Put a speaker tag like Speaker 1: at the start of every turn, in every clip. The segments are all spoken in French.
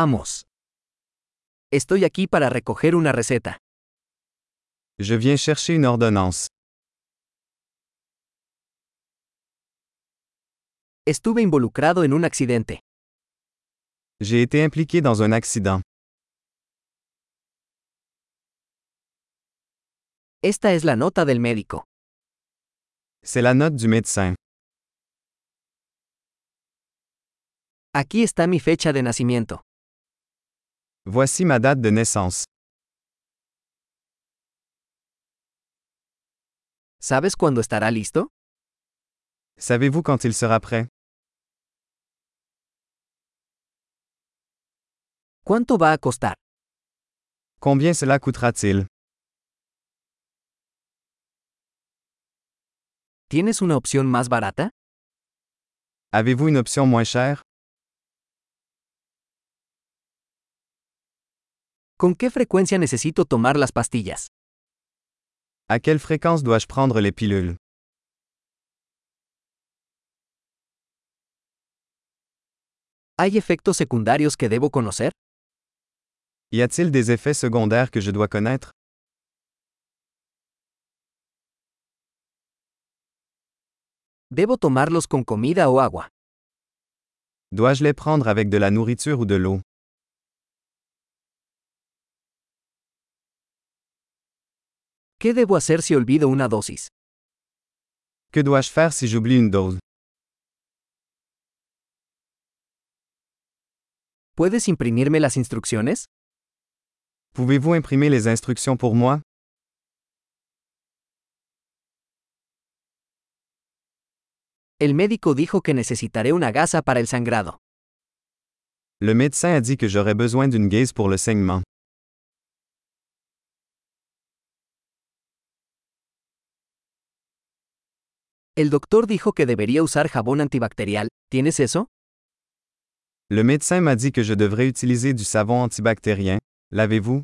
Speaker 1: Vamos. Estoy aquí para recoger una receta.
Speaker 2: Je viens chercher une ordonnance.
Speaker 1: Estuve involucrado en un accidente.
Speaker 2: J'ai été impliqué dans un accident.
Speaker 1: Esta es la nota del médico.
Speaker 2: C'est la note du médecin.
Speaker 1: Aquí está mi fecha de nacimiento.
Speaker 2: Voici ma date de naissance.
Speaker 1: ¿Sabes cuándo estará listo?
Speaker 2: Savez-vous quand il sera prêt?
Speaker 1: ¿Cuánto va a costar?
Speaker 2: Combien cela coûtera-t-il?
Speaker 1: ¿Tienes una opción más barata?
Speaker 2: Avez-vous une option moins chère?
Speaker 1: ¿Con qué frecuencia necesito tomar las pastillas?
Speaker 2: À quelle fréquence dois-je prendre les pilules?
Speaker 1: ¿Hay efectos secundarios que debo conocer?
Speaker 2: Y a-t-il des effets secondaires que je dois connaître?
Speaker 1: ¿Debo tomarlos con comida o agua?
Speaker 2: Dois-je les prendre avec de la nourriture ou de l'eau?
Speaker 1: ¿Qué debo hacer si olvido una dosis?
Speaker 2: Que dois-je faire si j'oublie une dose?
Speaker 1: ¿Puedes imprimirme las instrucciones?
Speaker 2: Pouvez-vous imprimer les instructions pour moi?
Speaker 1: El médico dijo que necesitaré una gasa para el sangrado.
Speaker 2: Le médecin a dit que j'aurais besoin d'une guise pour le saignement.
Speaker 1: El doctor dijo que debería usar jabón antibacterial. ¿Tienes eso?
Speaker 2: Le médecin m'a dit que je devrais utiliser du savon antibactérien. L'avez-vous?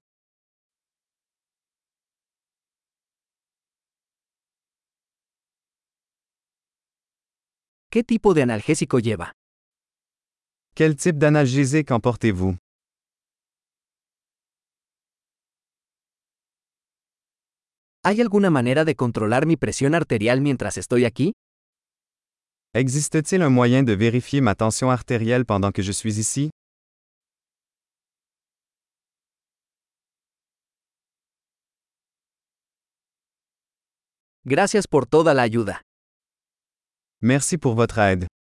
Speaker 1: ¿Qué tipo de analgésico lleva?
Speaker 2: Quel type d'analgésique emportez-vous?
Speaker 1: ¿Hay alguna manera de controlar mi presión arterial mientras estoy aquí?
Speaker 2: Existe-t-il un moyen de vérifier ma tension artérielle pendant que je suis ici?
Speaker 1: Gracias por toda la ayuda.
Speaker 2: Merci pour votre aide.